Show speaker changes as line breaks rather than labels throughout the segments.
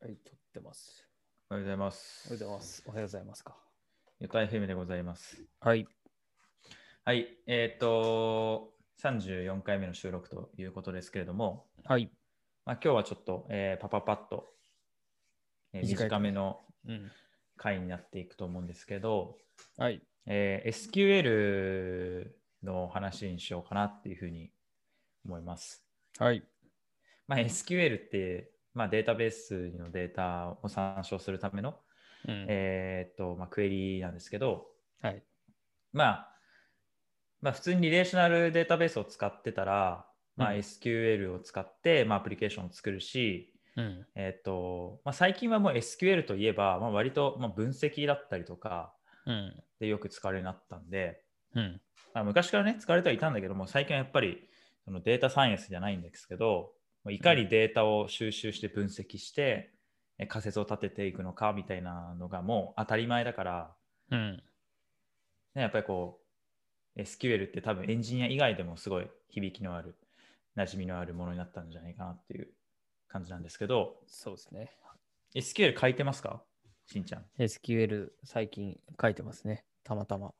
はい、撮ってます。
おはようございます。
おはようございま。す。おはようございますか。
ゆかい FM でございます。
はい。
はい、えっ、と、34回目の収録ということですけれども、
はい。
まあ、今日はちょっと、えーパパパッと、えー
短い
短めの
うん。
回になっていくと思うんですけど、
はい。
えー SQL の話にしようかなっていうふうに思います。
はい。
まあ、SQL って、まあ、データベースのデータを参照するための、
うん
えっ、と、まあ、クエリなんですけど、
はい。
まあ、まあ、普通にリレーショナルデータベースを使ってたら、まあ、
うん
SQL を使って、まあ、アプリケーションを作るし、
うん。
えっとまあ、最近はもう SQL といえば、まあ、割とまあ分析だったりとか
うん。
でよく使われるようになったんで、
うん。
まあ、昔からね使われてはいたんだけども最近はやっぱりそのデータサイエンスじゃないんですけどもういかにデータを収集して分析して、え仮説を立てていくのかみたいなのがもう当たり前だから、
うん。
ね、やっぱりこう SQL って多分エンジニア以外でもすごい響きのある馴染みのあるものになったんじゃないかなっていう感じなんですけど
そうですね。
SQL 書いてますかしんちゃん
SQL 最近書いてますね。たまたま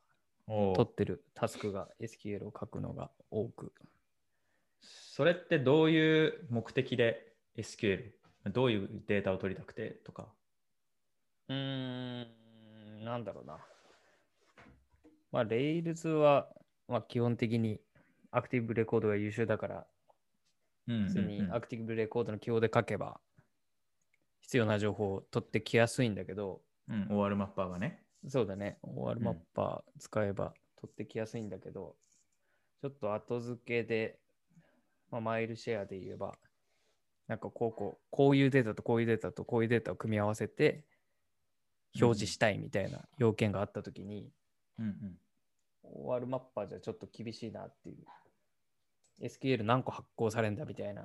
お
取
ー
ってるタスクが SQL を書くのが多く。
それってどういう目的で SQL どういうデータを取りたくてとか
うーん。なんだろうな。まあ、Rails は、まあ、基本的にアクティブレコードが優秀だから、
うん
普通に
うんうん
アクティブレコードの記号で書けば、必要な情報を取ってきやすいんだけど、
うん、OR マッパーがね
そうだね。OR マッパー使えば取ってきやすいんだけど、ちょっと後付けで、まあ、マイルシェアで言えば、なんかこうこう、こういうデータとこういうデータとこういうデータを組み合わせて表示したいみたいな要件があったときに、
うん
OR マッパーじゃちょっと厳しいなっていう。SQL 何個発行されんだみたいな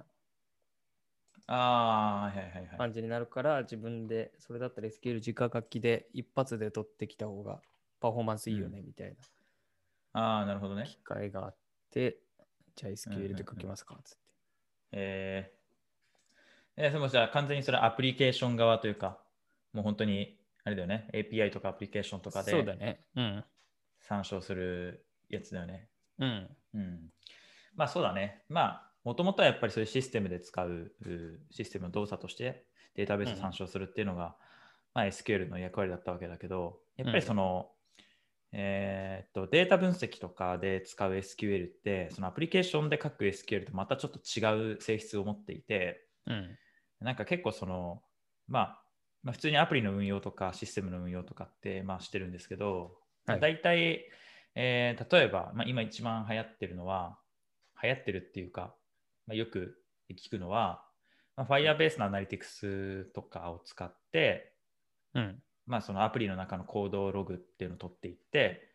ああはいはいはいはい
感じになるから、自分でそれだったら SQL 直書きで一発で取ってきた方がパフォーマンスいいよねみたいな。
ああなるほどね
機会があって、じゃあ
うんうんう
SQL
ん
で書きますかつって。
えーえー、それもじゃあ完全にそれはアプリケーション側というか、もう本当に、あれだよね、API とかアプリケーションとか
そうだ
で
ね。うん。
参照するやつだよね。
うん。
うん。まあそうだね。まあ、もともとはやっぱりそういうシステムで使ううシステムの動作としてデータベースを参照するっていうのが、まあ、SQL の役割だったわけだけど、やっぱりその、えーっとデータ分析とかで使う SQL って、そのアプリケーションで書く SQL とまたちょっと違う性質を持っていて、
うん。
なんか結構その、まあ、まあ普通にアプリの運用とかシステムの運用とかって、まあ、してるんですけど、
はい
大体、えー例えば、まあ、今一番流行ってるのは、流行ってるっていうか、まあ、よく聞くのは、まあ、Firebase のアナリティクスとかを使って、
うん。
まあ、そのアプリの中の行動ログっていうのを取っていって、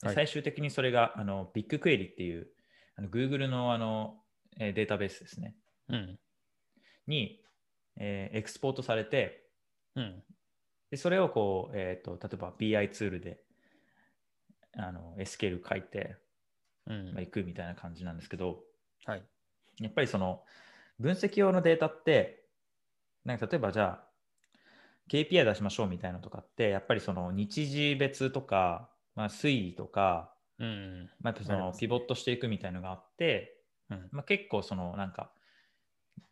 で
はい
最終的にそれがあのビッグクエリっていうあの Google のあのえーデータベースですね、
うん。
に、えーエクスポートされて、
うん。
でそれをこう、えー、と例えば BI ツールであの SQL 書いて、
う
まあ、
ん。
いくみたいな感じなんですけど、
はい。
やっぱりその分析用のデータってなんか例えばじゃあ KPI 出しましょうみたいなのとかってやっぱりその日時別とか、まあ、推移とか、
うん。
まあ、やっぱそ
なりま
の
すね
ピボットしていくみたいのがあって、
うん。
まあ、結構そのなんか、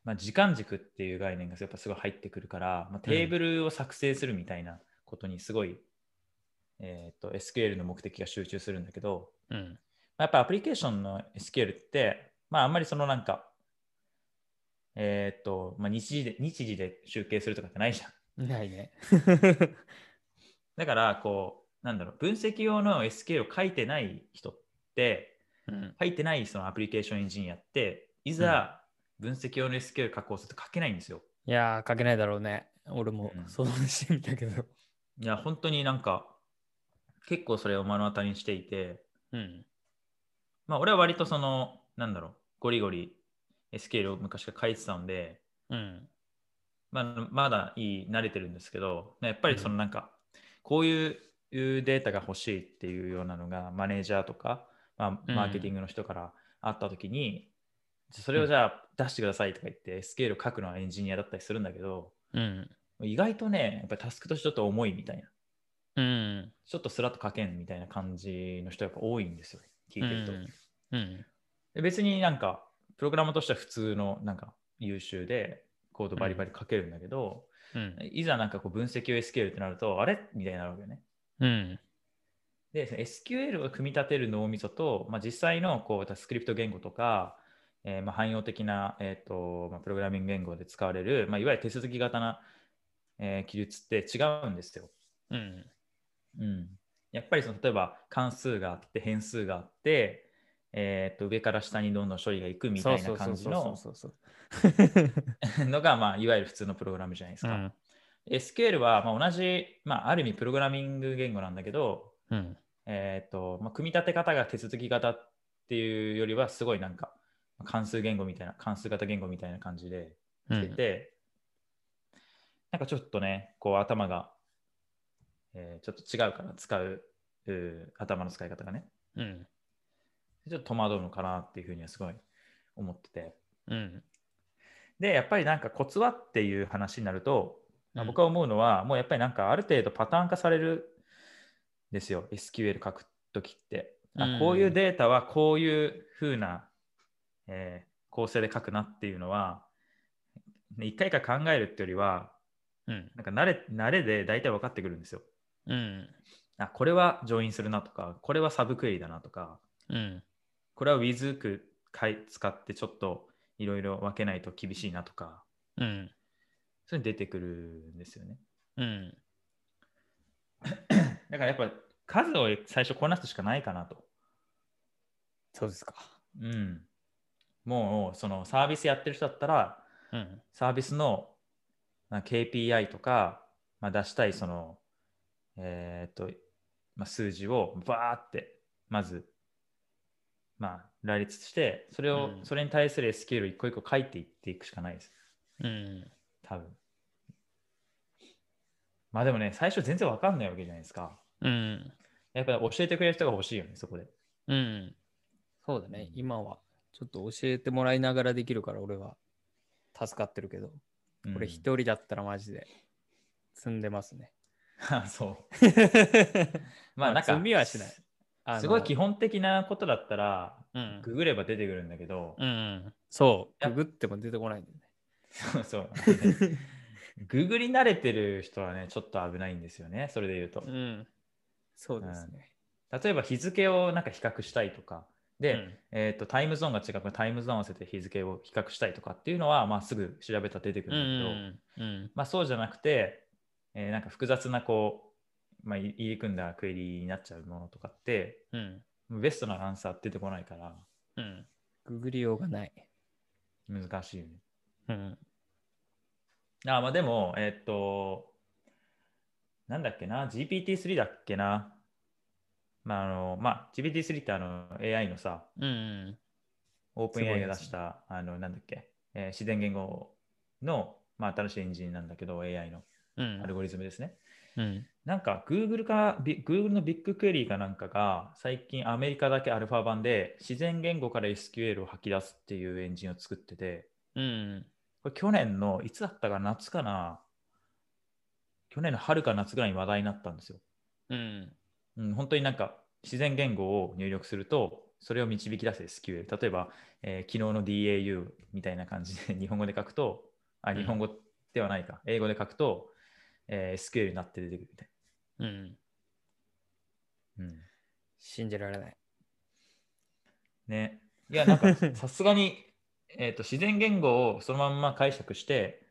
まあ、時間軸っていう概念がやっぱすごい入ってくるから、まあ、テーブルを作成するみたいなことにすごい、えー、と SQL の目的が集中するんだけど、
うん。
まあ、やっぱアプリケーションの SQL って、まあ、あんまりそのなんか、えっ、と、まあ、日時で日時で集計するとかってないじゃん。
ないね。
だからこうなんだろう分析用の SQL を書いてない人って
うん。
書いてないそのアプリケーションエンジニアっていざ分析用の SQL 加工すると書けないんですよ。
いやー、書けないだろうね。俺も
うん
想像してみたけど。
いや、本当になんか、結構それを目の当たりにしていて、
うん。
まあ、俺は割とその、なんだろう、ゴリゴリ SQL を昔から書いてたんで、
うん。
まあ、まだいい、慣れてるんですけど、やっぱりそのなんか、こういうデータが欲しいっていうようなのが、マネージャーとか、まあ、
うん
マーケティングの人からあったときに、それをじゃあ出してくださいとか言って、SQL を書くのはエンジニアだったりするんだけど、
うん。
意外とね、やっぱりタスクとしてちょっと重いみたい
う
な、
ん。
ちょっとスラッと書けんみたいな感じの人やっぱ多いんですよ、聞いてると。
うん。うん。
で別になんか、プログラマーとしては普通のなんか優秀で、コードバリバリ書けるんだけど、
うん。
いざなんかこう分析を SQL ってなると、あれみたいになるわけよね。
うん。
で、その SQL を組み立てる脳みそと、まあ、実際のこうスクリプト言語とか、えーまあ汎用的な、えーとまあ、プログラミング言語で使われる、まあ、いわゆる手続き型な、えー記述って違うんですよ。
うん。
うん、やっぱりその例えば関数があって変数があって、えー、と上から下にどんどん処理がいくみたいな感じの
そうそうそう
の が、まあ、いわゆる普通のプログラムじゃないです
そう。う
か。
ん。
SQL は、まあ、同じ、まあ、ある意味プログラミング言語なんだけど、
うん。
えーとまあ、組み立て方が手続き型っていうよりはすごいなんか関数言語みたいな関数型言語みたいな感じで
う
来て
ん。
て、なんかちょっとねこう頭が、えーちょっと違うから使ううー頭の使い方がね
うん。
ちょっと戸惑うのかなっていうふうにはすごい思ってて
うん。
でやっぱりなんかコツはっていう話になると、まあ僕
は、
は思うのはもうやっぱりなんかある程度パターン化されるんですよ SQL 書くときって、
うん
あこういうデータはこういう風な、えー構成で書くなっていうのはね一回一回考えるってよりは
うん。
なんか慣れ慣れで大体分かってくるんですよ
うん。
あこれはジョインするなとかこれはサブクエリだなとか
うん。
これは WizK 使ってちょっといろいろ分けないと厳しいなとか
うん。
そういうの出てくるんですよね
うん。
だからやっぱ数を最初こなすしかないかなと。
そうですか。
うん。もうそのサービスやってる人だったら
うん。
サービスのまあ KPI とか、まあ、出したいその、えーっとまあ、数字をバーってまず、まあ、羅列してそれを、
うん
それに対する SQL を一個一個書いていっていくしかないです。
うん。
多分。まあでもね最初全然わかんないわけじゃないですか。
うん。
やっぱり教えてくれる人が欲しいよねそこで。
うん。そうだね。今は、ちょっと教えてもらいながらできるから、俺は助かってるけど、
うん
俺一人だったらマジで積んでます ね。
あ そう。
ま
ま
あ
あなんか、
積みはしないあの
すごい基本的なことだったら、
うん。
ググれば出てくるんだけど、
うん。そう。
や
ググっても出てこないんだよね。
そうそう。 ググり慣れてる人はね、ちょっと危ないんですよね、それで言うと。
うん。そうですね。
例えば日付をなんか比較したいとか、で、
うん
えー、とタイムゾーンが違うからタイムゾーンを合わせて日付を比較したいとかっていうのは、まあ、すぐ調べたら出てく
う
るんだけど、
ん。うん。
まあ、そうじゃなくて、えーなんか複雑なこう、まあ、入り組んだクエリになっちゃうものとかって、
うん。
ベストなアンサー出てこないから、
うん。ググりようがない。
難しいよね。
うん。
あまあでも、えーっと、なんだっけな、GPT-3 だっけな。まあ、あの、まあ、GPT-3 ってあの AI のさ、
うん。
オープン
すごい
AI
や
が
つ
出した、あの、なんだっけ、えー自然言語の、まあ、新しいエンジンなんだけど、AI の
うん
アルゴリズムですね。
うん。
なんか、Google か、ビ Google のビッグクエリーかなんかが、最近アメリカだけアルファ版で、自然言語から SQL を吐き出すっていうエンジンを作ってて、
うん。
これ去年のいつだったかな夏かな去年の春か夏ぐらいに話題になったんですよ。
うん。
うん、本当になんか自然言語を入力するとそれを導き出せ SQL。例えば、えー昨日の DAU みたいな感じで 日本語で書くと、あ、
うん
日本語ではないか、英語で書くと、えー SQL になって出てくるみたい
うん。
な。うん、
信じられない。
ね。いや、なんかさすがに、えーと自然言語をそのまんま解釈して、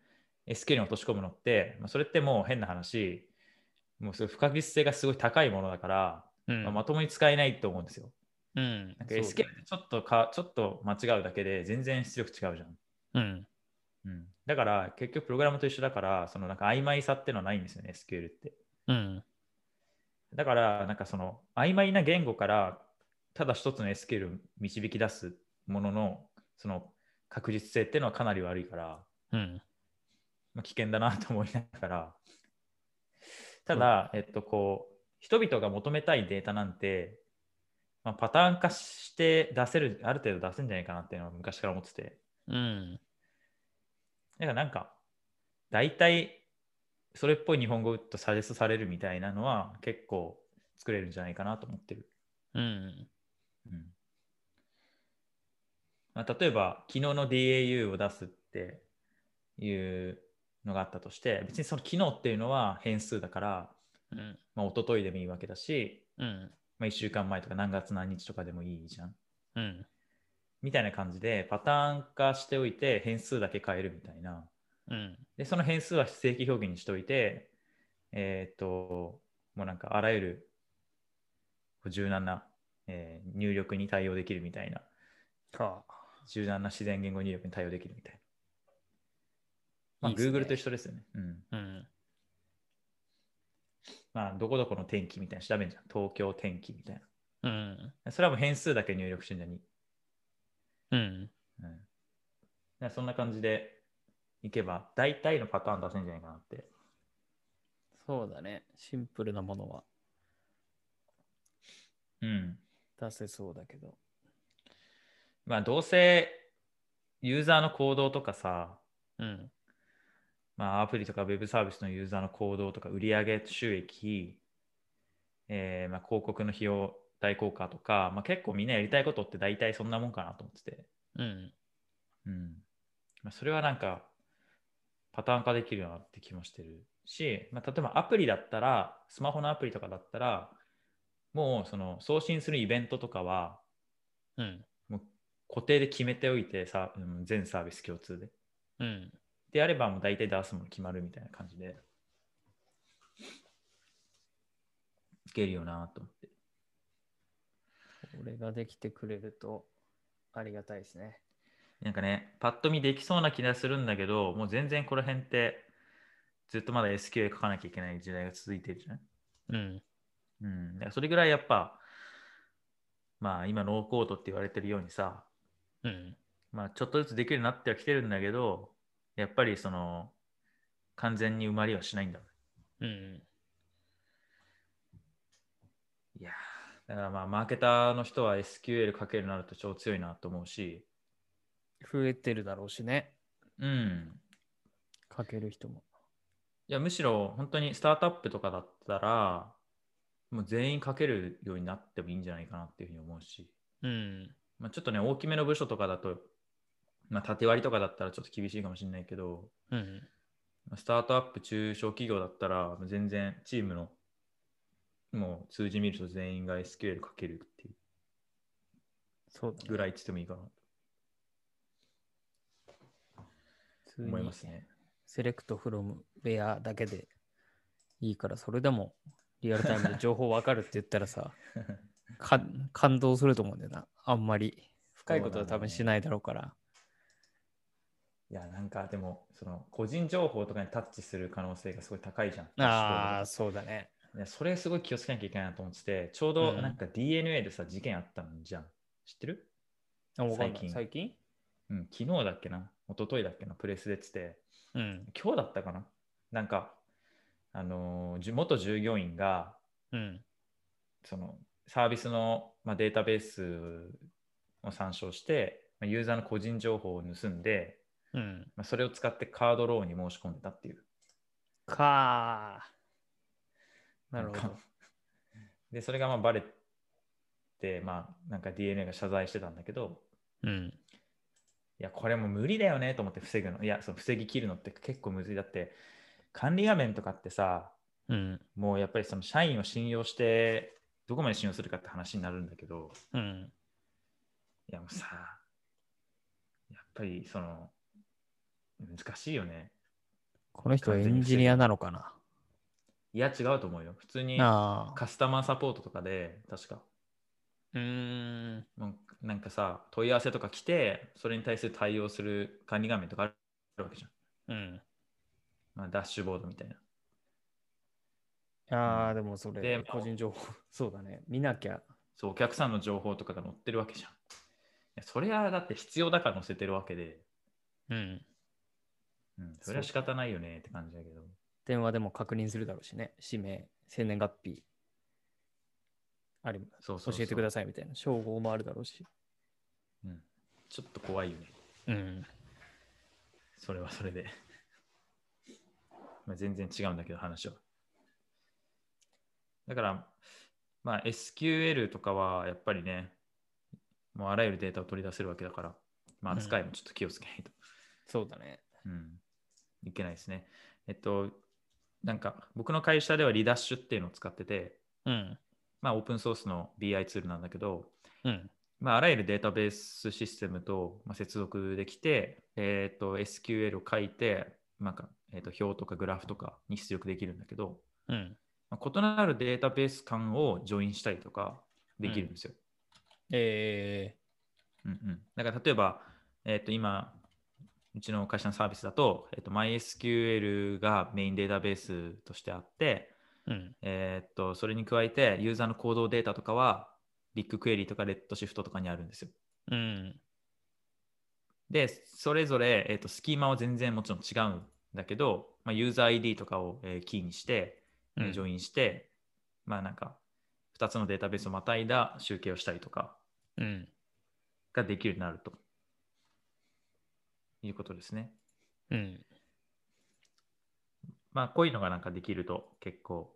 SQL に落とし込むのって、まあ、それってもう変な話、もうすごい不確実性がすごい高いものだから、
うん。
まあまともに使えないと思うんですよ。
うん。
なんか SQL ってちょっとか、ちょっと間違うだけで全然出力違うじゃん。
うん。
うん、だから結局プログラムと一緒だから、そのなんか曖昧さっていうのはないんですよね、SQL って。
うん。
だから、なんかその曖昧な言語からただ一つの SQL を導き出すもののその確実性っていうのはかなり悪いから、
うん。
まあ、危険だなと思いながら、ただ、えっと、こう、人々が求めたいデータなんて、まあ、パターン化して出せる、ある程度出せるんじゃないかなっていうのは昔から思ってて、
うん。
だからなんか、大体、それっぽい日本語とサジェストされるみたいなのは結構作れるんじゃないかなと思ってる。
うん。
うんまあ、例えば、昨日の DAU を出すっていうのがあったとして、別にその昨日っていうのは変数だから、
うん。
まあ、一昨日でもいいわけだし、
うん。
まあ、1週間前とか何月何日とかでもいいじゃん。
うん。
みたいな感じで、パターン化しておいて変数だけ変えるみたいな。
うん。
で、その変数は正規表現にしておいて、えーっと、もうなんかあらゆるこう柔軟な、えー入力に対応できるみたいな、
はあ。
柔軟な自然言語入力に対応できるみたいな。まあ、
いいっすね
Google と一緒ですよね。うん。
うん。
まあ、どこどこの天気みたいな調べんじゃん。東京天気みたい
うん。
な。それはもう変数だけ入力してんじゃんに。
うん。
うん。だからそんな感じでいけば、大体のパターン出せんじゃないかなって。
そうだね。シンプルなものは
うん。
出せそうだけど。
まあ、どうせ、ユーザーの行動とかさ、
うん。
まあ、アプリとかウェブサービスのユーザーの行動とか、売上収益、えーまあ、広告の費用対効果とか、まあ、結構みんなやりたいことって大体そんなもんかなと思ってて、
うん。
うんまあ、それはなんか、パターン化できるようなって気もしてるし、まあ、例えばアプリだったら、スマホのアプリとかだったら、もうその送信するイベントとかは、
うん。
固定で決めておいてさ、うん全サービス共通で。
うん。
であればもう大体出すもの決まるみたいな感じでいけるよなと思って
これができてくれるとありがたいですね。
なんかねパッと見できそうな気がするんだけどもう全然この辺ってずっとまだ SQL 書かなきゃいけない時代が続いてるじゃない、
うん。
うん、だからそれぐらいやっぱまあ今ノーコードって言われてるようにさ
うん。
まあちょっとずつできるようになってはきてるんだけどやっぱりその完全に埋まりはしないんだろう
う
ね
ん。
いやーだからまあ、マーケターの人は SQL かけるようになると超強いなと思うし、
増えてるだろうしね。
うん。
かける人も。
いや、むしろ本当にスタートアップとかだったら、もう全員かけるようになってもいいんじゃないかなっていうふうに思うし、
うん。
まあ、ちょっとね、大きめの部署とかだと、まあ、縦割りとかだったらちょっと厳しいかもしれないけど、
うん。
まあスタートアップ中小企業だったら、全然チームの、もう数字見ると全員が SQL かけるっていう
そうだね。
ぐらいって言ってもいいかな
普
と
通に
思いますね。
セレクトフロムウェアだけでいいから、それでもリアルタイムで情報わかるって言ったら さ、か感動すると思うんだよな。あんまり深いことは多分しないだろうから。
いや、なんかでも、その個人情報とかにタッチする可能性がすごい高いじゃん。
ああ、そうだね。
いやそれすごい気をつけなきゃいけないなと思ってて、ちょうど
うん
なんか DNA でさ、事件あったんじゃん。知ってる
あわかん
最
ない
近
最近
うん、昨日だっけな、一昨日だっけな、プレスでつって、
うん。
今日だったかななんか、あのーじゅ元従業員が、
うん。
そのサービスの、まあ、データベースを参照して、まあユーザーの個人情報を盗んで、
うん。
まあ、それを使ってカードローンに申し込んでたっていう。
かー。なるほ
ん
ど
か。で、それがまあバレて、まあ、なんか DNA が謝罪してたんだけど、
うん。
いや、これもう無理だよねと思って防ぐの。いや、その防ぎ切るのって結構むずい。だって、管理画面とかってさ、
うん。
もうやっぱりその社員を信用して、どこまで信用するかって話になるんだけど、
うん。
いや、もうさ、やっぱりその、難しいよね。
この人はエンジニアなのかない
や、違うと思うよ。普通に
ああ。
カスタマーサポートとかで、確か、
うーん。
もうなんかさ、問い合わせとか来て、それに対する対応する管理画面とかあるわけじゃん。
うん。
まあ、ダッシュボードみたいな。
あ
う
あ、
ん
でもそ
で
れ
ま、あ
個人情報、 そうだね。見なきゃ。
そう、お客さんの情報とかが載ってるわけじゃん。いやそれはだって必要だから載せてるわけで、
うん。
うん、それは仕方ないよねって感じだけど。
電話でも確認するだろうしね。氏名、生年月日、あり
そうそ
教
うそう
えてくださいみたいな、称号もあるだろうし。
うんちょっと怖いよね。
うん。
それはそれで。まあ全然違うんだけど、話は。だから、まあ、SQL とかはやっぱりね、もうあらゆるデータを取り出せるわけだから、まあ、
うん
扱いもちょっと気をつけないと、
そうだね。
うんいけないですね。えっと、なんか、僕の会社ではリダッシュっていうのを使ってて、
うん。
まあ、オープンソースの BI ツールなんだけど、
うん。
まあ、あらゆるデータベースシステムと、まあ、接続できて、えー、と SQL を書いて、なんかえー、と表とかグラフとかに出力できるんだけど、
うん。
まあ、異なるデータベース間をジョインしたりとかできるんですよ。
え
うんうん、だから例えば、えー、と今うちの会社のサービスだと,、えー、と MySQL がメインデータベースとしてあって、
ー、うん。
えー、とそれに加えてユーザーの行動データとかはビッグクエリとかレッドシフトとかにあるんですよ。
うん。
で、それぞれ、えー、とスキーマは全然もちろん違うんだけど、まあ、ユーザー ID とかを、えーキーにして、えー
うん
ジョインして、まあなんか、2つのデータベースをまたいだ集計をしたりとか
うん。
ができるようになるということですね。
うん。
まあ、こういうのがなんかできると結構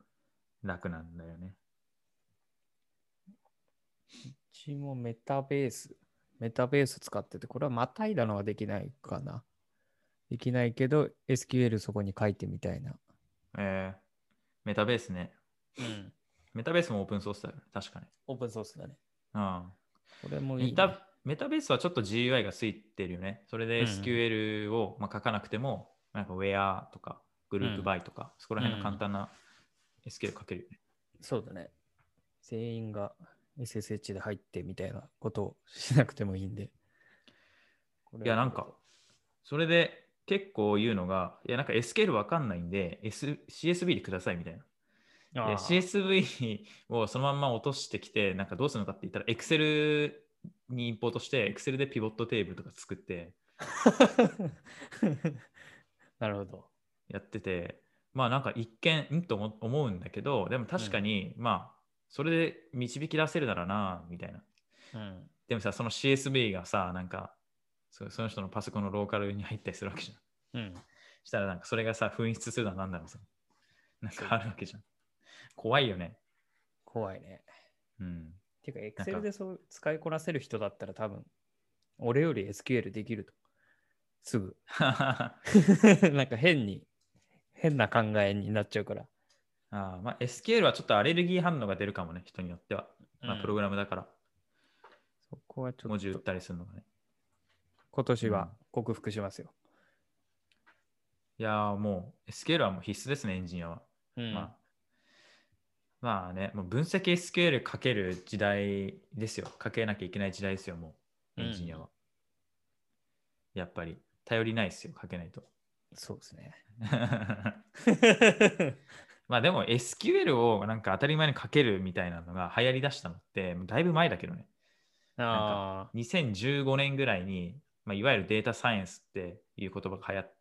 楽なんだよね。
うちもメタベース、メタベース使ってて、これはまたいだのはできないかな。できないけど、SQL そこに書いてみたいな。
えーメタベースね。
うん。
メタベースもオープンソースだよね。確かに。
オープンソースだね。
うん。
これもいい、ね。
メタメタベースはちょっと GUI がついてるよね。それ
う
で
ん
SQL をまあ書かなくても、なんか Where とかグループ by とか、そこら辺の簡単な SQL 書けるよね。
そうだね。全員が SSH で入ってみたいなことをしなくてもいいんで。これはい
や、なんか、それで結構言うのが、いや、なんか SQL わかんないんで、S、CSV でくださいみたいな。い
あ
や
あ
CSV をそのまんま落としてきて、なんかどうするのかって言ったら、Excel にインポートして、Excel でピボットテーブルとか作って、
なるほど。
やっててまあなんか一見んと思思うんだけどでも確かに、まあそれで導き出せるならなみたいな
うん。
でもさその CSV がさなんかそその人のパソコンのローカルに入ったりするわけじゃん
うん。
したらなんかそれがさ紛失するだなんだろうさなんかあるわけじゃん怖いよね
怖いね。
うん
ていうか、
なん
Excel
か
でそう使いこなせる人だったら多分、俺より SQL できると。す ぐ。
あ
なんか変に、変な考えになっちゃうから。
ーまあ SQL はちょっとアレルギー反応が出るかもね人によっては、まあ、プロ
うん
グラムだから
そこはちょ
文
っ
字打っ
と
たりするのがね
今年は克服しますよ。
いやーもう SQL はもう必須ですねエンジニアは
うん
まあ、まあね、もう分析 SQL かける時代ですよ。かけなきゃいけない時代ですよ、もう、
うん
エンジニアは。やっぱり、頼りないですよ、かけないと。
そうです ね。
まあでも SQL をなんか当たり前にかけるみたいなのが流行り出したのって、もうだいぶ前だけどね。
あ
2015年ぐらいに、まあ、いわゆるデータサイエンスっていう言葉が流行っ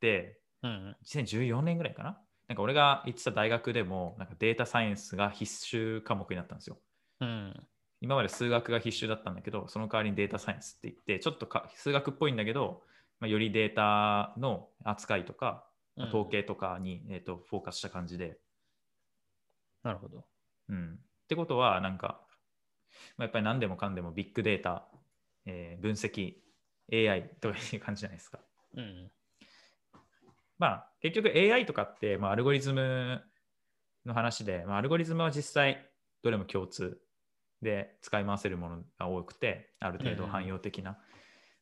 て、
あ。うん。
2014年ぐらいかな。なんか俺が行ってた大学でも、なんかデータサイエンスが必修科目になったんですよ。
うん。
今まで数学が必修だったんだけど、その代わりにデータサイエンスって言って、ちょっとか数学っぽいんだけど、まあ、よりデータの扱いとか、まあ統計とかに、えー、とフォーカスした感じで。
なるほど。
うん、ってことは、なんか、まあ、やっぱり何でもかんでもビッグデータ、えー分析、AI という感じじゃないですか。
うん。
まあ、結局 AI とかって、まあ、アルゴリズムの話で、まあ、アルゴリズムは実際どれも共通で使い回せるものが多くて、ある程
うんう
度
ん
汎用的な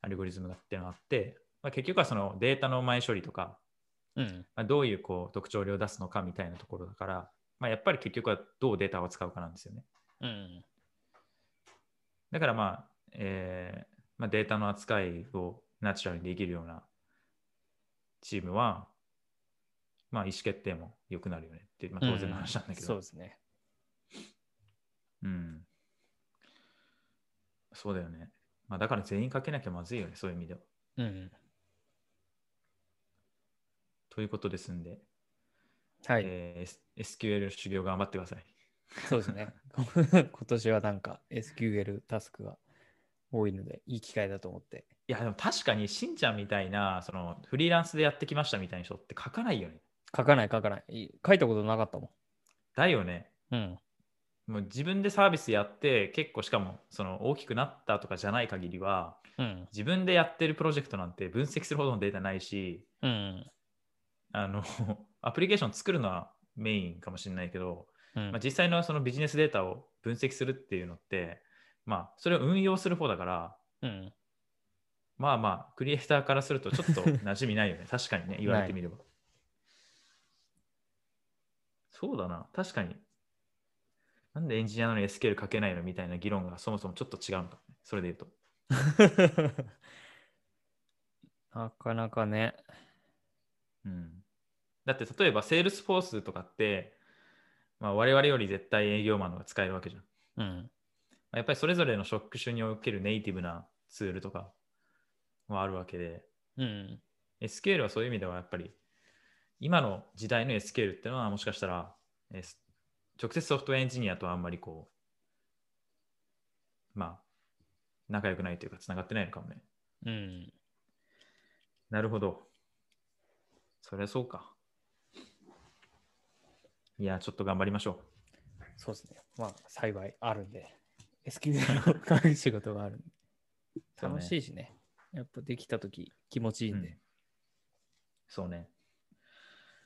アルゴリズムだっていうのがあって、まあ、結局はそのデータの前処理とか、
うん。
まあ、どういうこう特徴量を出すのかみたいなところだから、まあ、やっぱり結局はどうデータを使うかなんですよね。
うん。
だからまあ、えーまあ、データの扱いをナチュラルにできるようなチームは、まあ、意思決定も良くなるよねって、まあ、当然の話なんだけど、
そうですね。
うんそうだよね。まあ、だから全員かけなきゃまずいよね、そういう意味では。
うん。
ということですんで、
はい。
えー S- SQL 修行頑張ってください。
そうですね。今 年はなんか SQL タスクが多いので、いい機会だと思って。
いや、でも確かにしんちゃんみたいな、そのフリーランスでやってきましたみたいな人って書かないよね。
書かない書かない。い書いたことなかったも
だよね。
ん。うん。
もう自分でサービスやって、結構しかもその大きくなったとかじゃない限りは、
うん。
自分でやってるプロジェクトなんて分析するほどのデータないし、
うん。
あの アプリケーション作るのはメインかもしれないけど、
うん
まあ、実際のそのビジネスデータを分析するっていうのって、まあ、それを運用する方だから、
うん。
まあまあ、クリエイターからするとちょっ と馴染みないよね。確かにね、言われてみれば。そうだな、確かに。なんでエンジニアなのに SQL 書けないのみたいな議論がそもそもちょっと違うのかもね。それで言うと。
なかなかね。
うん、だって例えば、セールスフォースとかって、まあ、我々より絶対営業マンの方が使えるわけじゃん。ま
うん。
あやっぱりそれぞれの職種におけるネイティブなツールとかはあるわけで、
うん。
SQL はそういう意味ではやっぱり今の時代の SQL っていうのはもしかしたら、えーす直接ソフトウェアエンジニアとはあんまりこうまあ仲良くないというかつながってないのかもね
うん。
なるほどそりゃそうかいやちょっと頑張りましょ
そうですね。まあ、幸いあるんで。SQL の仕事があるんで。
そうね、
楽しいしね。やっぱできたとき気持ちいいうん
うん
で。
そうね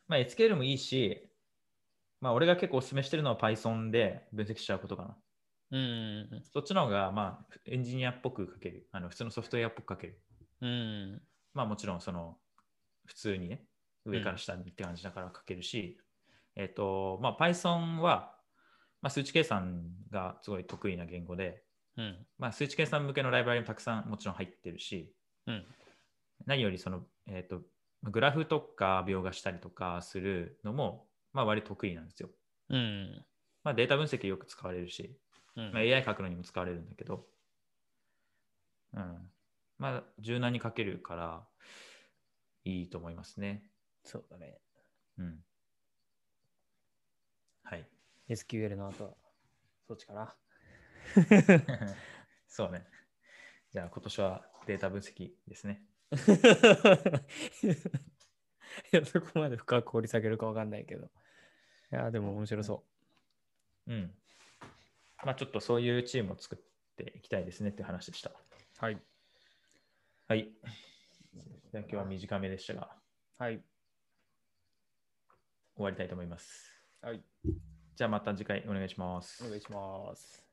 まあ SQL もいいしまあ俺が結構お勧めしてるのは Python で分析しちゃうことかな
うん。
そっちの方が、まあ、エンジニアっぽく書ける。あの普通のソフトウェアっぽく書ける。
うん。うん
まあもちろん、その、普通にね、上から下にって感じだから書けるし、えっ、と、まあ Python は、まあ、数値計算がすごい得意な言語で、
うん。
まあ、数値計算向けのライブラリもたくさんもちろん入ってるし、
うん。
何よりその、えっ、と、グラフとか描画したりとかするのも、まあ割と得意なんですよ。
うん。
まあデータ分析よく使われるし、
うん
まあ、AI 書くのにも使われるんだけど、うん。まあ、柔軟に書けるから、いいと思いますね。
そうだね。
うん。はい。
SQL の後は、そっちか な。
そうね。じゃあ、今年はデータ分析ですね。
いや、そこまで深く掘り下げるかわかんないけど。いや、でも面白そ
うん。まあ、ちょっとそういうチームを作っていきたいですねっていう話でした。
う。はい。
はい。じゃあ、今日は短めでしたが、
はい。
終わりたいと思います。
はい。
じゃあ、また次回お願いします。
お願いします。